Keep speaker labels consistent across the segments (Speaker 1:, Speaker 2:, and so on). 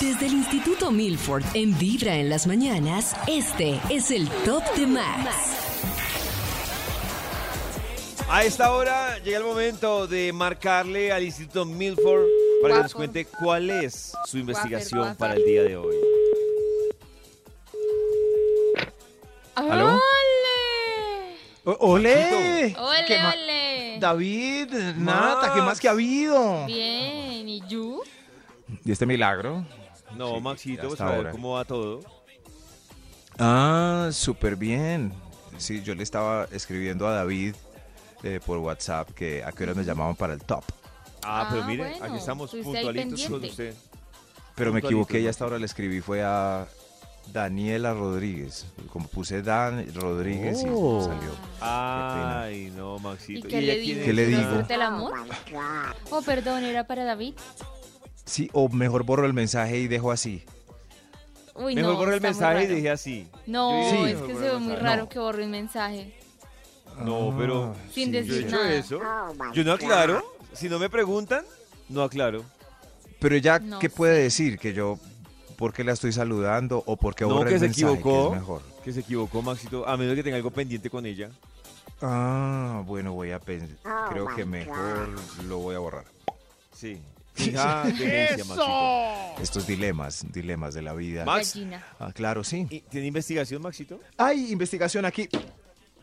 Speaker 1: Desde el Instituto Milford, en Vibra en las mañanas, este es el Top de Max.
Speaker 2: A esta hora llega el momento de marcarle al Instituto Milford para que nos cuente cuál es su investigación
Speaker 3: guafer.
Speaker 2: para el día de hoy.
Speaker 3: ¡Ole!
Speaker 4: O- ¡Ole!
Speaker 3: ¡Ole,
Speaker 4: ¿Qué ma-
Speaker 3: ole!
Speaker 4: David, Nata, ¿qué más que ha habido?
Speaker 3: Bien, ¿y you?
Speaker 4: ¿Y este milagro?
Speaker 2: No,
Speaker 4: Sí,
Speaker 2: Maxito,
Speaker 4: ya
Speaker 2: por
Speaker 4: está
Speaker 2: favor,
Speaker 4: ahora.
Speaker 2: ¿cómo va todo?
Speaker 4: Ah, súper bien. Sí, yo le estaba escribiendo a David eh, por WhatsApp que a qué hora me llamaban para el top.
Speaker 2: Ah, pero
Speaker 3: Ah,
Speaker 2: mire,
Speaker 3: bueno,
Speaker 2: aquí estamos
Speaker 3: estuviste ahí
Speaker 2: puntualitos con
Speaker 3: pendiente.
Speaker 2: usted.
Speaker 4: Pero me
Speaker 2: Puntualito,
Speaker 4: equivoqué y
Speaker 2: ¿no?
Speaker 4: hasta ahora le escribí fue a Daniela Rodríguez. Como puse Dan Rodríguez y salió. pena.
Speaker 2: Ay, no,
Speaker 3: ¿Y
Speaker 2: Maxito.
Speaker 3: qué le
Speaker 2: ella quién
Speaker 3: digo?
Speaker 2: es?
Speaker 4: ¿Qué le digo? Ah,
Speaker 3: ¿Hacerte el amor? Oh, perdón, era para David.
Speaker 4: Sí, o mejor borro el mensaje y dejo así.
Speaker 3: Uy,
Speaker 2: Mejor
Speaker 3: no,
Speaker 2: borré el
Speaker 3: está muy
Speaker 2: mensaje y
Speaker 3: raro.
Speaker 2: dije así.
Speaker 3: No,
Speaker 2: Yo dije,
Speaker 3: es
Speaker 2: mejor
Speaker 3: que se
Speaker 2: borré el
Speaker 3: ve muy
Speaker 2: mensaje.
Speaker 3: raro que borre un mensaje.
Speaker 2: No, pero
Speaker 3: Sin
Speaker 2: yo
Speaker 4: Ah. sí.
Speaker 2: he
Speaker 3: decir
Speaker 2: hecho
Speaker 3: Pues nada. Ah,
Speaker 2: eso. Yo no aclaro. Si no me preguntan, no aclaro.
Speaker 4: Pero ya,
Speaker 3: No
Speaker 4: ¿qué puede decir? Que yo, ¿por qué la estoy saludando? ¿O por qué
Speaker 2: No,
Speaker 4: borré
Speaker 2: que
Speaker 4: el
Speaker 2: se
Speaker 4: mensaje? que
Speaker 2: equivocó.
Speaker 4: es mejor.
Speaker 2: Que se equivocó, Maxito. A menos que tenga algo pendiente con ella.
Speaker 4: Ah, bueno, voy a pensar. Creo que mejor lo voy a borrar.
Speaker 2: Sí. Fija demencia, Maxito.
Speaker 5: ¡Eso!
Speaker 4: Estos dilemas, dilemas de la vida.
Speaker 2: Ma- Max.
Speaker 3: Gallina.
Speaker 4: Ah, claro, sí.
Speaker 2: ¿Y ¿Tiene investigación, Maxito?
Speaker 4: Hay investigación aquí.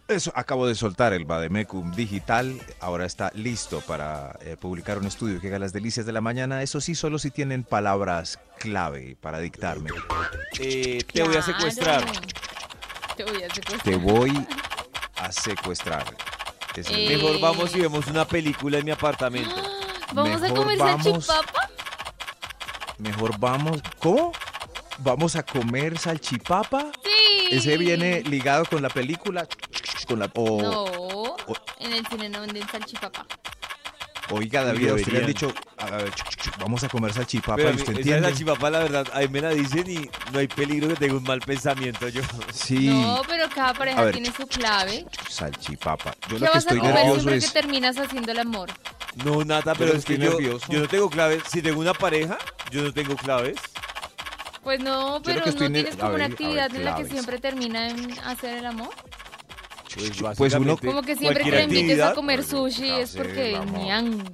Speaker 4: Eso, acabo de soltar el Bademecum digital. Ahora está listo para eh, publicar un estudio que haga las delicias de la mañana. Eso sí, solo si tienen palabras clave para dictarme.
Speaker 2: Eh, te voy a secuestrar.
Speaker 3: Claro. Te voy a secuestrar.
Speaker 4: Te voy a secuestrar. Es el-
Speaker 3: Eh.
Speaker 2: Mejor vamos y vemos una película en mi apartamento.
Speaker 3: Ah. ¿Vamos a
Speaker 4: Mejor
Speaker 3: comer
Speaker 4: vamos-
Speaker 3: salchipapa?
Speaker 4: Mejor vamos. ¿Cómo? ¿Vamos a comer salchipapa?
Speaker 3: Sí.
Speaker 4: ¿Ese viene ligado con la película? Con la, o-
Speaker 3: No, en el cine no venden salchipapa.
Speaker 4: Oiga, David,
Speaker 2: Lo
Speaker 4: a usted le han
Speaker 2: verían.
Speaker 4: dicho, a ver, chu, chu, chu, vamos a comer salchipapa,
Speaker 2: Pero a
Speaker 4: ¿y
Speaker 2: mí-
Speaker 4: usted
Speaker 2: esa es la
Speaker 4: entiende?
Speaker 2: chipapa, la verdad, ahí me la dicen y no hay peligro que tenga un mal pensamiento yo.
Speaker 4: Sí,
Speaker 3: No, pero cada
Speaker 4: A
Speaker 3: pareja
Speaker 4: ver.
Speaker 3: tiene su clave.
Speaker 4: salchipapa. Yo
Speaker 3: ¿Qué
Speaker 4: lo que
Speaker 3: vas a
Speaker 4: estoy
Speaker 3: comer
Speaker 4: nervioso
Speaker 3: siempre que
Speaker 4: es...
Speaker 3: terminas haciendo el amor?
Speaker 2: No, nada, pero,
Speaker 4: Pero
Speaker 2: es que
Speaker 4: estoy
Speaker 2: yo,
Speaker 4: nervioso.
Speaker 2: yo no tengo claves. Si tengo una pareja, yo no tengo claves.
Speaker 3: Pues no,
Speaker 4: creo
Speaker 3: pero
Speaker 4: que
Speaker 3: no
Speaker 4: estoy en el-
Speaker 3: tienes
Speaker 4: a
Speaker 3: como
Speaker 4: ver,
Speaker 3: una
Speaker 4: a ver,
Speaker 3: actividad en la que
Speaker 4: claves.
Speaker 3: siempre termina en hacer el amor.
Speaker 4: Pues, uno,
Speaker 2: básicamente-
Speaker 3: Como que siempre que
Speaker 2: cualquier
Speaker 3: la invites
Speaker 2: actividad.
Speaker 3: a comer
Speaker 4: Bueno,
Speaker 3: sushi es
Speaker 4: hacer el
Speaker 3: porque
Speaker 4: amor.
Speaker 3: ni han.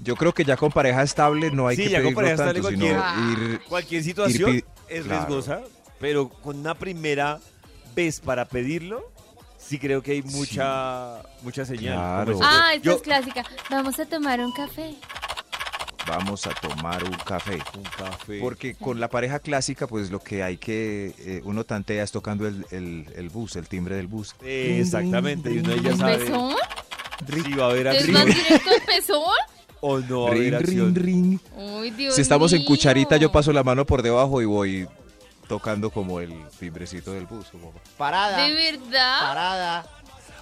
Speaker 4: yo creo que ya con pareja estable no hay
Speaker 2: Sí,
Speaker 4: que
Speaker 2: ya con
Speaker 4: pedirlo
Speaker 2: pareja estable
Speaker 4: tanto, sino
Speaker 3: cualquiera.
Speaker 4: ir...
Speaker 2: Cualquier situación
Speaker 4: Ir pi-
Speaker 2: es
Speaker 4: claro.
Speaker 2: riesgosa, pero con una primera vez para pedirlo, sí creo que hay mucha, mucha señal.
Speaker 4: Claro.
Speaker 2: Como
Speaker 3: Ah, esta
Speaker 2: yo-
Speaker 3: es clásica. Vamos a tomar un café.
Speaker 4: Vamos a tomar un café.
Speaker 2: Un café.
Speaker 4: Porque con la pareja clásica, pues lo que hay que... eh, uno tantea es tocando el, el- el bus, el timbre del bus.
Speaker 2: Eh, exactamente, y uno ahí ya
Speaker 3: ¿Un
Speaker 2: sabe
Speaker 3: pezón?
Speaker 2: si va a haber acción
Speaker 3: ¿Entonces van directo al pezón?
Speaker 2: o no va a
Speaker 4: Ring,
Speaker 2: haber
Speaker 4: ring,
Speaker 2: acción.
Speaker 4: ring.
Speaker 3: Uy, Dios
Speaker 4: Si estamos en
Speaker 3: mío.
Speaker 4: cucharita, yo paso la mano por debajo y voy tocando como el timbrecito del bus. como-
Speaker 5: Parada,
Speaker 3: ¿De verdad?
Speaker 5: parada.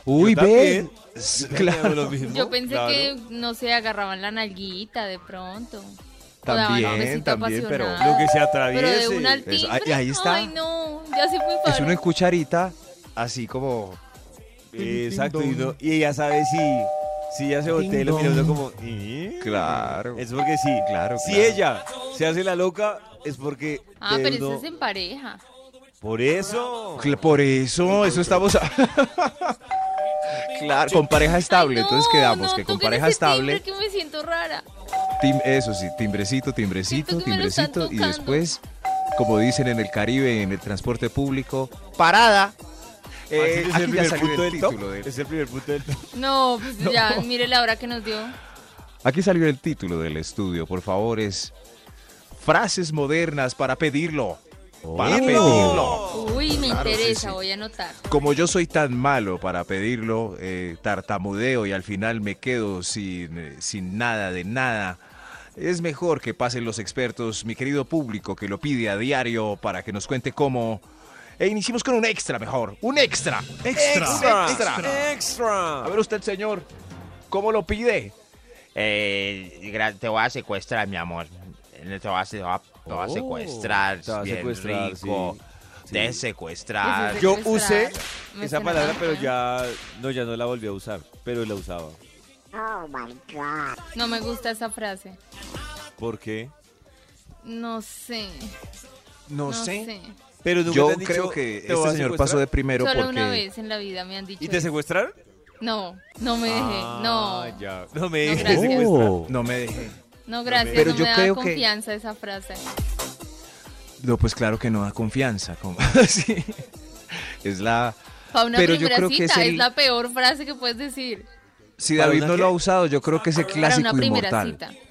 Speaker 4: Uy,
Speaker 2: Yo
Speaker 4: ve.
Speaker 2: también.
Speaker 4: S-
Speaker 2: Yo
Speaker 4: Claro.
Speaker 2: hago lo mismo,
Speaker 3: Yo pensé
Speaker 2: claro.
Speaker 3: que, no sé, agarraban la nalguita de pronto. O daban un
Speaker 4: También,
Speaker 3: besito
Speaker 4: también, pero
Speaker 3: apasionado.
Speaker 2: Lo que se
Speaker 3: Pero
Speaker 2: atraviese. eh,
Speaker 3: de una al
Speaker 4: Eso,
Speaker 3: timbre.
Speaker 4: ahí- ahí está.
Speaker 3: Ay, no, ya se fue
Speaker 4: es
Speaker 3: para.
Speaker 4: uno en cucharita, así como.
Speaker 2: Exacto, y, uno- y ella sabe si, si ya se voltea y lo mira uno como... "¿Eh?".
Speaker 4: Claro.
Speaker 2: Es porque sí.
Speaker 4: Claro,
Speaker 2: Si
Speaker 4: claro.
Speaker 2: ella se hace la loca, es porque...
Speaker 3: Ah,
Speaker 2: de
Speaker 3: pero
Speaker 2: uno-
Speaker 3: eso es en pareja.
Speaker 2: Por eso.
Speaker 4: Cla- Por eso, eso estamos. a- claro, con pareja estable.
Speaker 3: Ay,
Speaker 4: Entonces
Speaker 3: no,
Speaker 4: quedamos
Speaker 3: no
Speaker 4: que con
Speaker 3: toquen
Speaker 4: pareja
Speaker 3: ese
Speaker 4: estable.
Speaker 3: Timbre, que me siento rara.
Speaker 4: tim- eso sí, timbrecito, timbrecito,
Speaker 3: Siento que me lo están
Speaker 4: timbrecito. Y
Speaker 3: tocando.
Speaker 4: después, como dicen en el Caribe, en el transporte público.
Speaker 5: Parada.
Speaker 4: eh,
Speaker 2: Así es el
Speaker 4: aquí ya
Speaker 2: primer
Speaker 4: salió
Speaker 2: punto
Speaker 4: el
Speaker 2: del top.
Speaker 4: título del-
Speaker 2: Es el primer punto del top.
Speaker 3: No, pues ya, mire la hora que nos dio.
Speaker 4: Aquí salió el título del estudio, por favor, es Frases modernas para pedirlo. Para
Speaker 2: ¡Pedirlo!
Speaker 4: pedirlo.
Speaker 3: Uy, me
Speaker 4: Claro, sí,
Speaker 3: interesa,
Speaker 4: sí.
Speaker 3: voy a anotar.
Speaker 4: Como yo soy tan malo para pedirlo, eh, tartamudeo y al final me quedo sin, eh, sin nada de nada. Es mejor que pasen los expertos, mi querido público que lo pide a diario, para que nos cuente cómo E iniciamos con un extra mejor. Un extra.
Speaker 6: Extra.
Speaker 4: Extra.
Speaker 2: Extra.
Speaker 4: A ver usted, señor, ¿cómo lo pide?
Speaker 7: Eh, gra- te voy a secuestrar, mi amor. Eh, Te voy a, se- te voy a- te voy a
Speaker 2: Oh,
Speaker 7: secuestrar.
Speaker 2: te voy a
Speaker 7: bien
Speaker 2: secuestrar,
Speaker 7: rico.
Speaker 2: sí,
Speaker 7: Te
Speaker 2: sí.
Speaker 7: secuestrar.
Speaker 3: Ese es
Speaker 2: Yo
Speaker 3: Secuestrar.
Speaker 2: usé
Speaker 3: Me
Speaker 2: esa
Speaker 3: suena
Speaker 2: palabra,
Speaker 3: tanto,
Speaker 2: pero
Speaker 3: ¿eh?
Speaker 2: ya no, ya no la volví a usar, pero la usaba.
Speaker 3: No me gusta esa frase.
Speaker 2: ¿Por qué?
Speaker 3: No sé.
Speaker 4: No,
Speaker 3: No,
Speaker 4: sé.
Speaker 3: sé.
Speaker 2: Pero nunca
Speaker 4: Yo
Speaker 2: te han dicho,
Speaker 4: creo que
Speaker 2: "Te voy
Speaker 4: este
Speaker 2: a
Speaker 4: señor
Speaker 2: secuestrar".
Speaker 4: pasó de primero
Speaker 3: Solo
Speaker 4: porque...
Speaker 3: una vez en la vida me han dicho.
Speaker 2: ¿Y te
Speaker 3: eso.
Speaker 2: secuestraron?
Speaker 3: No, no me dejé.
Speaker 2: Ah,
Speaker 3: no.
Speaker 2: ya. No me dejes
Speaker 3: gracias.
Speaker 2: secuestrar.
Speaker 4: No me dejé.
Speaker 3: No, gracias.
Speaker 4: Pero
Speaker 3: no
Speaker 4: yo
Speaker 3: me
Speaker 4: creo
Speaker 3: da
Speaker 4: que-
Speaker 3: confianza esa frase.
Speaker 4: No, pues claro que no da confianza. como- sí. Es la...
Speaker 3: Para una
Speaker 4: Pero yo
Speaker 3: primera
Speaker 4: creo que
Speaker 3: cita
Speaker 4: es
Speaker 3: es,
Speaker 4: el-
Speaker 3: la peor frase que puedes decir.
Speaker 4: Si
Speaker 2: ¿Para
Speaker 4: David
Speaker 2: una
Speaker 4: no
Speaker 2: qué?
Speaker 4: lo ha usado, yo creo que es el clásico
Speaker 3: para una primera
Speaker 4: inmortal.
Speaker 3: cita.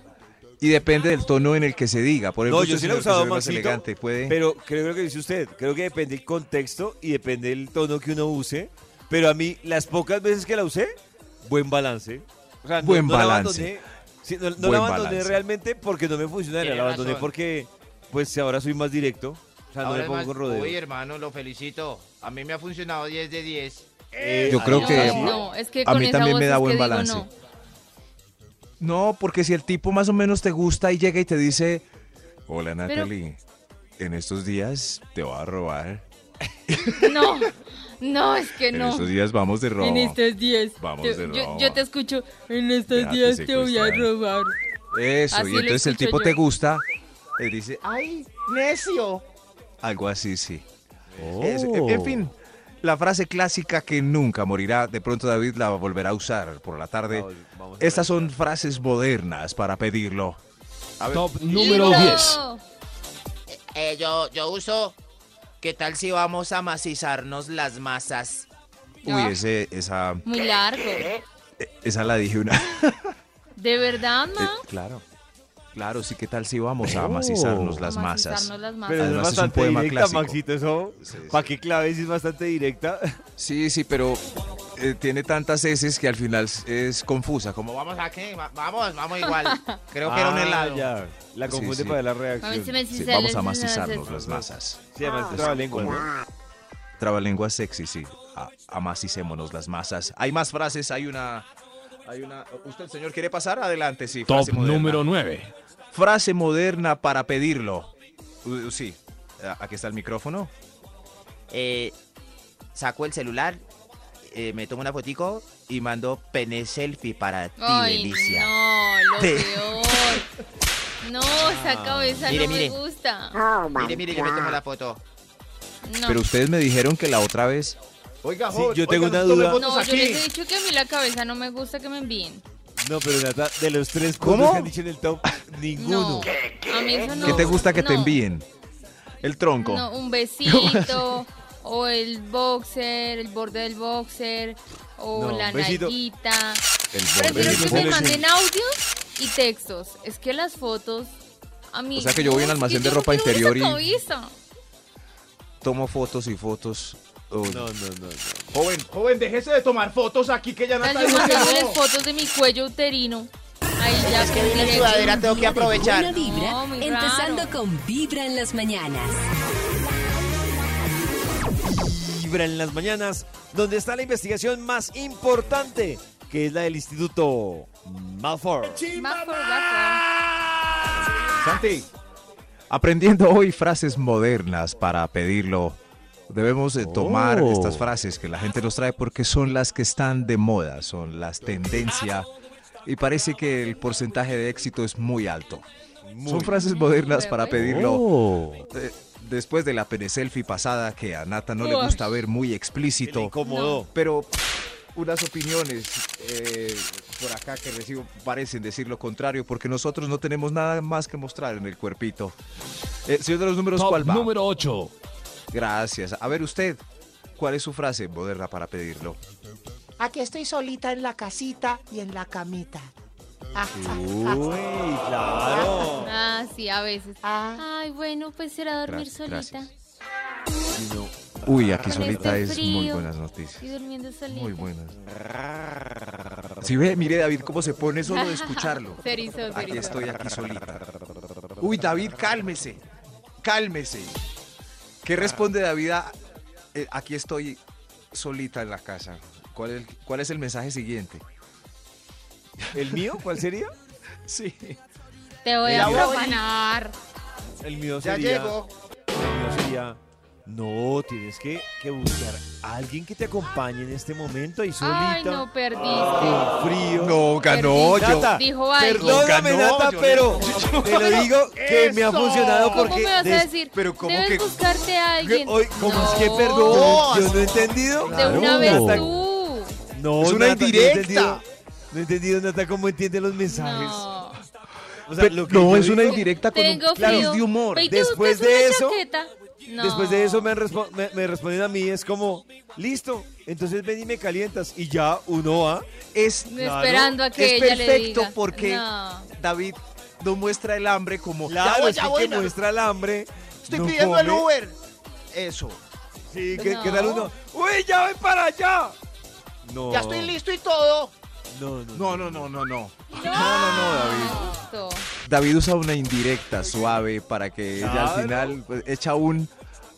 Speaker 4: Y depende del tono en el que se diga. Por ejemplo,
Speaker 2: No, yo sí
Speaker 4: este
Speaker 2: la he
Speaker 4: señor que
Speaker 2: usado
Speaker 4: se ve más
Speaker 2: más
Speaker 4: elegante. Puede...
Speaker 2: Pero creo que lo que dice usted, creo que depende el contexto y depende el tono que uno use. Pero a mí, las pocas veces que la usé, buen balance. O sea, no-
Speaker 4: Buen
Speaker 2: no la
Speaker 4: balance.
Speaker 2: abandoné. Sí, no no
Speaker 4: Buen
Speaker 2: la abandoné
Speaker 4: balance.
Speaker 2: realmente porque no me funcionaría.
Speaker 7: Tiene
Speaker 2: La abandoné
Speaker 7: razón.
Speaker 2: porque, pues ahora soy más directo. O sea, no
Speaker 7: Ahora
Speaker 2: me
Speaker 7: es
Speaker 2: pongo
Speaker 7: más-
Speaker 2: con rodeo.
Speaker 7: Uy, hermano, lo felicito. A mí me ha funcionado 10 de 10.
Speaker 2: Eh,
Speaker 4: Yo
Speaker 2: ah,
Speaker 4: creo
Speaker 3: No,
Speaker 4: que
Speaker 3: no, es que
Speaker 4: a
Speaker 3: con
Speaker 4: mí
Speaker 3: esa
Speaker 4: también
Speaker 3: voz
Speaker 4: me da
Speaker 3: es que
Speaker 4: buen
Speaker 3: digo
Speaker 4: balance.
Speaker 3: no.
Speaker 4: No, porque si el tipo más o menos te gusta y llega y te dice, hola Natalie, en estos días te voy a robar.
Speaker 3: No, no, es que
Speaker 4: En
Speaker 3: no.
Speaker 4: estos días vamos de robo.
Speaker 3: En estos días.
Speaker 4: Vamos
Speaker 3: te-
Speaker 4: de
Speaker 3: yo,
Speaker 4: robo.
Speaker 3: yo te escucho. En estos
Speaker 4: Déjate
Speaker 3: días te voy a
Speaker 4: secuestrar.
Speaker 3: robar.
Speaker 4: Eso,
Speaker 3: Así
Speaker 4: y
Speaker 3: lo
Speaker 4: entonces el
Speaker 3: escucho
Speaker 4: tipo
Speaker 3: yo.
Speaker 4: te gusta, le dice
Speaker 7: ¡Ay, necio!
Speaker 4: algo así, sí.
Speaker 2: Oh.
Speaker 4: Es- en- en fin, la frase clásica que nunca morirá, de pronto David la volverá a usar por la tarde.
Speaker 2: Vamos, vamos a
Speaker 4: Estas son frases modernas para pedirlo.
Speaker 6: Top número
Speaker 3: ¡No!
Speaker 6: 10.
Speaker 7: Eh, yo, yo uso. ¿Qué tal si vamos a macizarnos las masas?
Speaker 4: Uy,
Speaker 3: Ah.
Speaker 4: ese, esa,
Speaker 3: Muy largo.
Speaker 4: esa la dije una.
Speaker 3: De verdad, ma.
Speaker 4: Eh, claro. Claro, sí, ¿qué tal si vamos a macizarnos las masas?
Speaker 3: Macizarnos las
Speaker 2: Pero eso es
Speaker 3: masas.
Speaker 4: Además, es un
Speaker 2: bastante
Speaker 4: poema
Speaker 2: directa,
Speaker 4: clásico.
Speaker 2: Maxito. Eso,
Speaker 4: Sí, sí.
Speaker 2: ¿para qué clave si es bastante directa?
Speaker 4: Sí, sí, pero eh, tiene tantas heces que al final es, es confusa. Como vamos.
Speaker 7: ¿Vamos a qué? Va- Vamos, vamos igual. Creo que era un
Speaker 2: Ah,
Speaker 7: helado.
Speaker 2: ya. La
Speaker 4: Sí,
Speaker 2: confunde
Speaker 4: sí.
Speaker 2: para la
Speaker 3: A mí
Speaker 2: reacción.
Speaker 3: se me
Speaker 4: sí,
Speaker 3: hizo
Speaker 4: vamos a
Speaker 3: el-
Speaker 4: macizarnos las masas.
Speaker 2: Sí, además, es trabalengua, ¿no?
Speaker 4: Trabalengua sexy, sí. A, amacicémonos las masas. Hay más frases, hay una. Hay una. ¿Usted, señor, quiere pasar? Adelante, sí.
Speaker 6: Top
Speaker 4: frase moderna.
Speaker 6: número 9.
Speaker 4: Frase moderna para pedirlo. Uh, sí. Ah, Aquí está el micrófono.
Speaker 7: Eh, saco el celular, eh, me tomo una fotico y mando pene selfie para ti,
Speaker 3: Ay,
Speaker 7: delicia.
Speaker 3: no, lo
Speaker 7: Te-
Speaker 3: peor. No,
Speaker 4: Ah.
Speaker 3: esa cabeza
Speaker 7: Mire,
Speaker 3: no
Speaker 7: mire.
Speaker 3: me gusta.
Speaker 7: Mire, mire, yo me tomo la foto.
Speaker 3: No.
Speaker 4: Pero ustedes me dijeron que la otra vez.
Speaker 7: Oiga,
Speaker 2: Sí, joven, yo tengo oiga, una tome duda. fotos
Speaker 3: No, yo les he dicho que a mí la cabeza no me gusta que me envíen.
Speaker 2: No, pero Nata, de los tres
Speaker 4: ¿Cómo?
Speaker 2: puntos que han dicho en el top, ninguno.
Speaker 3: No. A mí eso no.
Speaker 4: ¿Qué te gusta que te
Speaker 3: no.
Speaker 4: envíen? El tronco.
Speaker 3: No, un besito, o el boxer, el borde del boxer, o
Speaker 2: No,
Speaker 3: la
Speaker 2: besito.
Speaker 3: nalguita.
Speaker 4: El
Speaker 3: Prefiero
Speaker 4: borde.
Speaker 3: que
Speaker 2: Besito.
Speaker 3: me manden audios y textos. Es que las fotos, a mí.
Speaker 4: O sea que yo voy en
Speaker 3: no,
Speaker 4: almacén
Speaker 3: es
Speaker 4: de
Speaker 3: que yo
Speaker 4: ropa
Speaker 3: no quiero ver
Speaker 4: interior
Speaker 3: esa cabeza.
Speaker 4: Tomo fotos y fotos. Oh,
Speaker 2: No, no, no. no.
Speaker 4: Joven,
Speaker 7: Joven, déjese de tomar fotos aquí que ya
Speaker 3: O sea, yo mandándoles fotos de mi cuello uterino. Ahí ya
Speaker 7: Es que viene
Speaker 3: directo.
Speaker 7: sudadera, tengo que
Speaker 1: Día de
Speaker 7: aprovechar.
Speaker 1: Buena vibra,
Speaker 3: No, muy
Speaker 1: empezando
Speaker 3: raro.
Speaker 1: con Vibra en las mañanas.
Speaker 2: Vibra en las mañanas, donde está la investigación más importante, que es la del Instituto Malfour.
Speaker 3: Bajo, bajo.
Speaker 4: Santi. Aprendiendo hoy frases modernas para pedirlo. Debemos eh, tomar
Speaker 6: Oh.
Speaker 4: estas frases que la gente nos trae porque son las que están de moda, son las tendencia y parece que el porcentaje de éxito es muy alto. Son frases modernas para pedirlo. Eh, después de la peneselfie pasada que a Nata no le
Speaker 3: Uy.
Speaker 4: gusta ver muy
Speaker 2: Que le
Speaker 4: explícito.
Speaker 2: incomodó.
Speaker 4: pero unas opiniones eh, por acá que recibo parecen decir lo contrario, porque nosotros no tenemos nada más que mostrar en el cuerpito. Eh, señor de los números,
Speaker 6: Top
Speaker 4: ¿cuál va?
Speaker 6: número 8.
Speaker 4: Gracias. A ver usted, ¿cuál es su frase moderna para pedirlo?
Speaker 8: Aquí estoy solita en la casita y en la camita. Ah,
Speaker 2: Uy, claro.
Speaker 3: Ah, sí, a veces.
Speaker 8: ah,
Speaker 3: Ay, bueno, pues será dormir
Speaker 4: Gra-
Speaker 3: solita.
Speaker 4: gracias. Uy, aquí
Speaker 3: Con
Speaker 4: solita
Speaker 3: este
Speaker 4: es muy
Speaker 3: frío.
Speaker 4: buenas noticias.
Speaker 3: Y durmiendo solita.
Speaker 4: Muy buenas. Si ve, mire David cómo se pone solo de escucharlo.
Speaker 3: Se erizó, se
Speaker 4: Aquí
Speaker 3: erizó.
Speaker 4: estoy, aquí solita. Uy, David, cálmese. Cálmese. ¿Qué responde David a- eh, aquí estoy solita en la casa. ¿Cuál es, cuál es el mensaje siguiente?
Speaker 2: ¿El mío? ¿Cuál sería?
Speaker 4: sí.
Speaker 3: Te voy
Speaker 2: La
Speaker 3: a
Speaker 2: voy.
Speaker 3: profanar.
Speaker 2: El mío
Speaker 3: Ya
Speaker 2: sería.
Speaker 3: llegó.
Speaker 2: El mío sería. No, tienes que, que buscar a alguien que te acompañe en este momento ahí solita.
Speaker 3: Ay, no, perdiste.
Speaker 2: con frío.
Speaker 4: No, ganó
Speaker 3: Perdiste.
Speaker 4: yo.
Speaker 2: Nata,
Speaker 3: Dijo algo.
Speaker 2: Perdóname,
Speaker 4: Ganó,
Speaker 2: Nata,
Speaker 4: yo le-
Speaker 2: pero te lo digo que me ha
Speaker 5: ¡Eso!
Speaker 2: funcionado porque.
Speaker 3: ¿Cómo me vas a
Speaker 2: des-
Speaker 3: decir?
Speaker 4: pero ¿cómo
Speaker 3: Debes
Speaker 4: que-
Speaker 3: buscarte a alguien.
Speaker 2: Hoy, ¿Cómo es que
Speaker 3: No,
Speaker 2: perdón? Yo no he entendido.
Speaker 3: De una
Speaker 2: Claro.
Speaker 3: vez
Speaker 2: Nata,
Speaker 3: tú.
Speaker 2: No,
Speaker 4: Es una
Speaker 2: Nata, no he
Speaker 4: indirecta.
Speaker 2: entendido- No he entendido, Nata, cómo entiende los mensajes.
Speaker 3: No.
Speaker 2: O sea, lo que
Speaker 4: no,
Speaker 2: yo
Speaker 4: es una
Speaker 2: digo-
Speaker 4: indirecta con un
Speaker 3: Tengo
Speaker 4: claro,
Speaker 3: frío.
Speaker 4: de humor.
Speaker 3: Ve y te
Speaker 2: Después
Speaker 3: buscas
Speaker 2: de
Speaker 3: una
Speaker 2: eso-
Speaker 3: chaqueta. No.
Speaker 2: Después de eso me, han respo- me, me responden a mí, es como, listo, entonces ven y me calientas. Y ya uno va.
Speaker 4: Es,
Speaker 3: Esperando a que
Speaker 4: es
Speaker 3: ella le
Speaker 4: perfecto
Speaker 3: diga.
Speaker 4: porque
Speaker 3: No.
Speaker 4: David no muestra el hambre como...
Speaker 2: Claro,
Speaker 5: voy,
Speaker 2: es
Speaker 5: Oh, ya
Speaker 2: que,
Speaker 5: voy,
Speaker 2: que
Speaker 5: Nata.
Speaker 2: muestra el hambre.
Speaker 5: Estoy
Speaker 2: no
Speaker 5: pidiendo el
Speaker 2: come.
Speaker 5: Uber.
Speaker 4: Eso.
Speaker 2: Sí, ¿qué,
Speaker 3: No.
Speaker 2: qué tal uno? ¡Uy, ya voy para allá! No.
Speaker 5: Ya estoy listo y todo.
Speaker 2: No, no,
Speaker 4: No, no, no, no, no.
Speaker 3: No,
Speaker 4: no, David.
Speaker 3: Justo.
Speaker 4: David usa una indirecta suave para que ella al
Speaker 2: Claro.
Speaker 4: final pues, echa un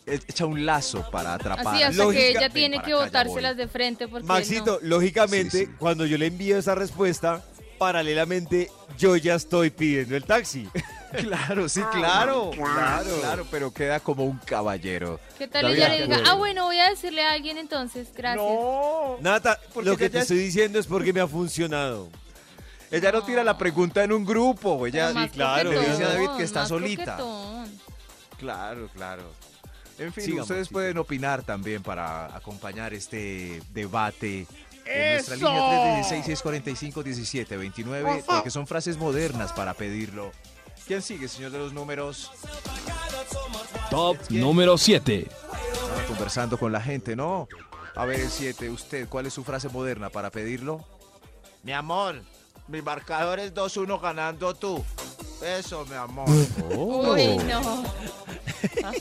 Speaker 4: echa un lazo para atrapar.
Speaker 3: Así,
Speaker 4: a-
Speaker 3: hasta que
Speaker 4: Lógica-
Speaker 3: ella
Speaker 4: Ven
Speaker 3: tiene
Speaker 4: para
Speaker 3: que
Speaker 4: acá, ya
Speaker 3: botárselas
Speaker 4: voy.
Speaker 3: de frente porque él
Speaker 2: Maxito, lógicamente,
Speaker 4: Sí, sí.
Speaker 2: cuando yo le envío esa respuesta, paralelamente yo ya estoy pidiendo el taxi.
Speaker 4: Claro,
Speaker 3: Ah.
Speaker 4: sí, claro, claro, claro, pero queda como un caballero.
Speaker 3: no. ¿Qué tal
Speaker 4: David,
Speaker 3: ella
Speaker 4: de
Speaker 3: le diga?
Speaker 4: acuerdo.
Speaker 3: Ah, bueno, voy a decirle a alguien entonces. Gracias.
Speaker 5: No.
Speaker 2: Nata,
Speaker 5: Porque
Speaker 2: lo que
Speaker 5: ya-
Speaker 2: te
Speaker 5: ya-
Speaker 2: estoy diciendo es porque me ha funcionado.
Speaker 4: Ella no tira la pregunta en un grupo,
Speaker 3: Ah. Pero
Speaker 4: ella
Speaker 3: más
Speaker 2: claro,
Speaker 4: le dice a David
Speaker 3: coquetón,
Speaker 4: que está
Speaker 3: más
Speaker 4: solita.
Speaker 3: coquetón.
Speaker 4: Claro, claro. En fin,
Speaker 2: Sigamos,
Speaker 4: ustedes
Speaker 2: sigamos.
Speaker 4: pueden opinar también para acompañar este debate. En nuestra
Speaker 5: ¡Eso!
Speaker 4: línea 316-645-1729, porque son frases modernas para pedirlo. ¿Quién sigue, señor de los números?
Speaker 6: Top
Speaker 4: Es que-
Speaker 6: número 7.
Speaker 4: Estaba conversando con la gente, ¿no? A ver, el 7, usted, ¿cuál es su frase moderna para pedirlo?
Speaker 7: Mi amor, mi marcador es 2-1 ganando tú. Eso, mi amor.
Speaker 4: Oh.
Speaker 3: Uy, no.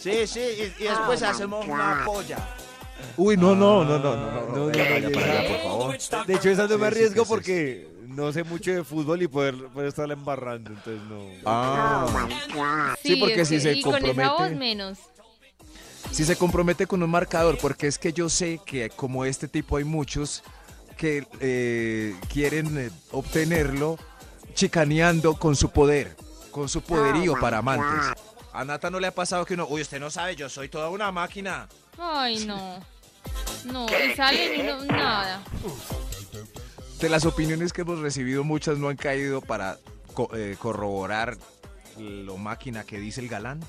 Speaker 7: Sí, sí, y, y después
Speaker 3: Ah,
Speaker 7: hacemos una polla.
Speaker 4: Uy, no, no, no, no,
Speaker 2: Ah,
Speaker 4: no, no,
Speaker 2: no, no,
Speaker 4: venga, venga
Speaker 2: no,
Speaker 4: para
Speaker 2: no.
Speaker 4: acá, por favor.
Speaker 2: De hecho, esa no me
Speaker 4: Sí, sí,
Speaker 2: arriesgo
Speaker 4: sí, sí,
Speaker 2: porque no sé mucho de fútbol y poder, poder estarla embarrando, entonces no.
Speaker 4: Ah, Sí, porque
Speaker 3: es
Speaker 4: si
Speaker 3: que-
Speaker 4: se
Speaker 3: y con esa voz
Speaker 4: compromete-
Speaker 3: menos.
Speaker 4: si se compromete con un marcador, porque es que yo sé que como este tipo hay muchos que eh, quieren eh, obtenerlo chicaneando con su poder, con su
Speaker 2: Ah,
Speaker 4: poderío para amantes. A Nata no le ha pasado que uno, uy, usted no sabe, yo soy toda una máquina.
Speaker 3: Ay, no. No, y sale y no, nada.
Speaker 4: De las opiniones que hemos recibido, muchas no han caído para co- eh, corroborar lo máquina que dice el galán.